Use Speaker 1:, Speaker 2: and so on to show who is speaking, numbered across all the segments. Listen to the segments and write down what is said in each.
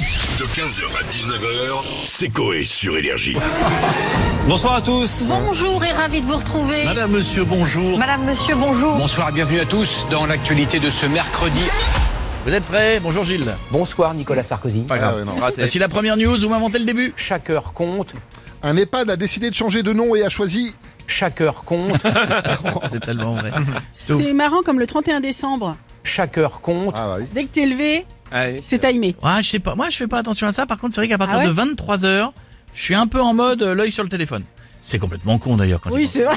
Speaker 1: De 15h à 19h, c'est Coé sur Énergie.
Speaker 2: Bonsoir à tous.
Speaker 3: Bonjour et ravi de vous retrouver.
Speaker 2: Madame, monsieur, bonjour.
Speaker 3: Madame, monsieur, bonjour.
Speaker 4: Bonsoir et bienvenue à tous dans l'actualité de ce mercredi.
Speaker 5: Vous êtes prêts Bonjour Gilles. Mmh.
Speaker 4: Bonsoir Nicolas Sarkozy.
Speaker 5: Pas
Speaker 6: Ah
Speaker 5: grave. Voici la première news, vous m'inventez le début.
Speaker 4: Chaque heure compte,
Speaker 7: Un EHPAD a décidé de changer de nom et a choisi.
Speaker 4: chaque heure compte,
Speaker 5: C'est tellement vrai.
Speaker 8: C'est marrant comme le 31 décembre,
Speaker 4: chaque heure compte.
Speaker 5: bah
Speaker 7: Ah oui.
Speaker 8: dès que t'es levé, c'est timé.
Speaker 5: Ah, je sais pas. Moi, je fais pas attention à ça. Par contre, c'est vrai qu'à partir
Speaker 8: Ah
Speaker 5: de
Speaker 8: ouais
Speaker 5: 23h, je suis un peu en mode euh, l'œil sur le téléphone. C'est complètement con d'ailleurs quand Ah, tu
Speaker 8: Oui, c'est vrai.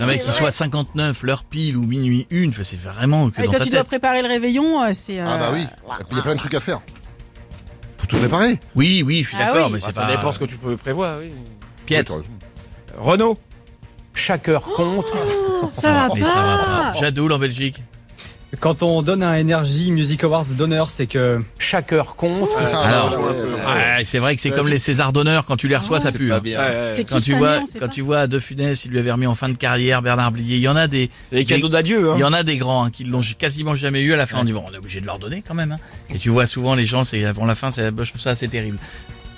Speaker 5: Non, mais qu'il soit 59, l'heure pile ou minuit une, enfin, c'est vraiment que
Speaker 8: Et
Speaker 5: dans
Speaker 8: quand
Speaker 5: ta
Speaker 8: tu dois
Speaker 5: tête.
Speaker 8: préparer le réveillon, euh, c'est. euh,
Speaker 7: Ah bah oui. Et puis, Il y a plein de trucs à faire. Faut tout préparer.
Speaker 5: Oui, oui, je suis
Speaker 8: Ah
Speaker 5: d'accord,
Speaker 8: oui.
Speaker 5: mais
Speaker 6: Ah,
Speaker 5: c'est
Speaker 6: ça
Speaker 5: pas.
Speaker 6: dépend ce que tu peux prévoir, oui.
Speaker 5: Piètre.
Speaker 7: Oui, t'as raison.
Speaker 6: Renault
Speaker 4: Chaque heure compte,
Speaker 8: Ça va
Speaker 5: Mais ça va
Speaker 8: pas.
Speaker 5: pas. Jadoul en Belgique.
Speaker 9: Quand on donne un Energy Music Awards d'honneur, c'est que
Speaker 4: chaque heure compte,
Speaker 5: Euh, Alors,
Speaker 7: Ah
Speaker 5: ah.
Speaker 7: bah ouais, ouais,
Speaker 6: Ah
Speaker 7: ouais.
Speaker 5: Ouais, c'est vrai que c'est comme les Césars d'honneur, quand tu les reçois, ça pue. hein.
Speaker 6: Ouais,
Speaker 8: C'est
Speaker 6: ouais.
Speaker 8: qui
Speaker 5: Quand
Speaker 8: cette
Speaker 5: tu
Speaker 8: année,
Speaker 5: vois,
Speaker 8: on sait
Speaker 5: quand
Speaker 8: pas.
Speaker 5: tu vois De Funès, il lui avait remis en fin de carrière Bernard Blier. Il y en a des,
Speaker 6: C'est les cadeaux d'adieu,
Speaker 5: il y
Speaker 6: hein.
Speaker 5: en a des grands hein, qui l'ont quasiment jamais eu. À la fin, on dit bon, on est obligé de leur donner quand même. hein. Et tu vois souvent les gens, c'est avant la fin, c'est, ah, bah, je trouve ça assez terrible.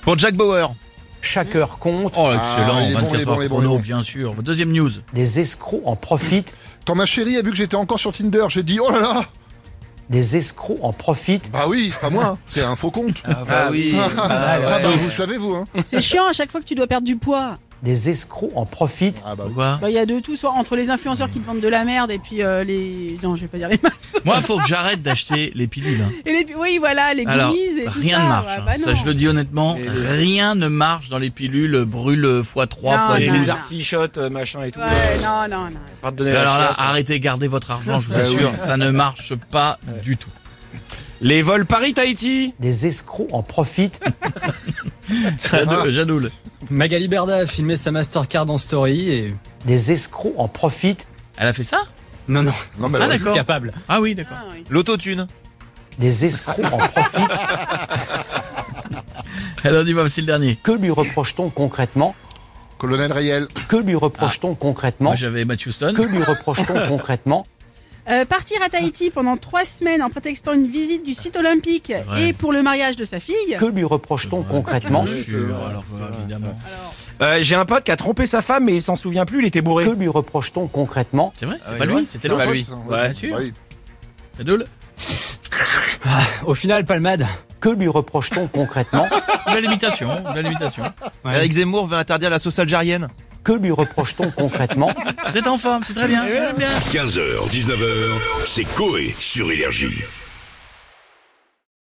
Speaker 5: Pour Jack Bauer.
Speaker 4: chaque heure compte.
Speaker 5: Oh,
Speaker 7: Ah,
Speaker 5: excellent,
Speaker 7: il est bon,
Speaker 5: 24
Speaker 7: il est bon,
Speaker 5: heures
Speaker 7: il est bon,
Speaker 5: chrono,
Speaker 7: il est bon.
Speaker 5: bien sûr. Deuxième news.
Speaker 4: Des escrocs en profitent,
Speaker 7: Quand ma chérie a vu que j'étais encore sur Tinder, j'ai dit oh là là.
Speaker 4: des escrocs en profitent.
Speaker 7: Bah oui, c'est pas moi. hein. C'est un faux compte. Ah,
Speaker 6: Ah oui.
Speaker 7: bah vous savez vous. Hein.
Speaker 8: C'est chiant à chaque fois que tu dois perdre du poids.
Speaker 4: Des escrocs en profitent.
Speaker 7: Ah bah oui.
Speaker 5: Pourquoi
Speaker 8: Bah, il y a de tout, soit entre les influenceurs qui te vendent de la merde et puis euh, les. Non, je vais pas dire les marques.
Speaker 5: Moi, faut que j'arrête d'acheter les pilules. hein.
Speaker 8: Et les... Oui, voilà, les
Speaker 5: Alors,
Speaker 8: gummies et tout
Speaker 5: rien
Speaker 8: ça.
Speaker 5: ne marche.
Speaker 8: Ouais,
Speaker 5: hein.
Speaker 8: bah
Speaker 5: ça,
Speaker 8: non.
Speaker 5: je le dis honnêtement,
Speaker 6: Et les-
Speaker 5: rien ne marche dans les pilules brûle
Speaker 8: Non,
Speaker 5: x3,
Speaker 6: Et
Speaker 8: non,
Speaker 5: x12.
Speaker 6: les
Speaker 8: non.
Speaker 6: artichotes, euh, machin et tout.
Speaker 8: Ouais, non, non, non.
Speaker 6: Pas te donner la
Speaker 5: Alors là,
Speaker 6: chair, ça.
Speaker 5: arrêtez, gardez votre argent, je vous
Speaker 7: Ouais,
Speaker 5: assure,
Speaker 7: hein. Bah oui.
Speaker 5: ça ne marche pas du tout.
Speaker 6: Les vols Paris-Tahiti
Speaker 4: Des escrocs en profitent.
Speaker 5: Jadou- Jadoul.
Speaker 9: Magali Berda a filmé sa Mastercard en story et...
Speaker 4: Des escrocs en profitent.
Speaker 5: Elle a fait ça
Speaker 9: Non, non,
Speaker 7: Non mais
Speaker 5: Ah,
Speaker 7: alors,
Speaker 5: d'accord.
Speaker 9: capable.
Speaker 5: Ah oui, d'accord.
Speaker 8: Ah, oui.
Speaker 6: L'autotune.
Speaker 4: Des escrocs en profitent.
Speaker 5: Alors dis-moi, voici le dernier.
Speaker 4: Que lui reproche-t-on concrètement
Speaker 7: colonel Rayel.
Speaker 4: Que lui reproche-t-on concrètement
Speaker 5: Moi j'avais Matt Houston.
Speaker 4: Que lui reproche-t-on concrètement
Speaker 8: Euh, partir à Tahiti pendant trois semaines en prétextant une visite du site olympique
Speaker 5: vrai.
Speaker 8: et pour le mariage de sa fille.
Speaker 4: Que lui reproche-t-on concrètement
Speaker 5: Bien sûr, alors, évidemment.
Speaker 6: Euh, J'ai un pote qui a trompé sa femme mais il s'en souvient plus, il était bourré.
Speaker 4: Que lui reproche-t-on concrètement
Speaker 5: C'est vrai, c'est pas lui, c'était l'autre.
Speaker 7: lui.
Speaker 5: Bien sûr.
Speaker 7: Bah oui.
Speaker 5: Jadoul.
Speaker 9: Au final, Palmade.
Speaker 4: Que lui reproche-t-on concrètement
Speaker 5: Belle imitation, belle imitation.
Speaker 9: Eric
Speaker 10: Zemmour veut interdire la sauce algérienne.
Speaker 4: Que lui reproche-t-on concrètement
Speaker 5: Vous êtes en forme, c'est très bien. Bien.
Speaker 1: 15h, 19h, c'est Coé sur Énergie.